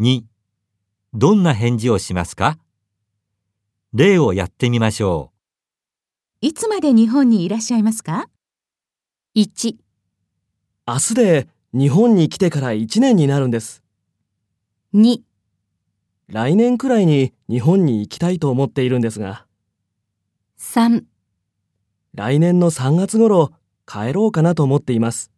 2. どんな返事をしますか例をやってみましょいつまで日本にいらっしゃいますか ?1、明日で日本に来てから1年になるんです。 2、来年くらいに日本に行きたいと思っているんですが、 3来年の3月頃帰ろうかなと思っています。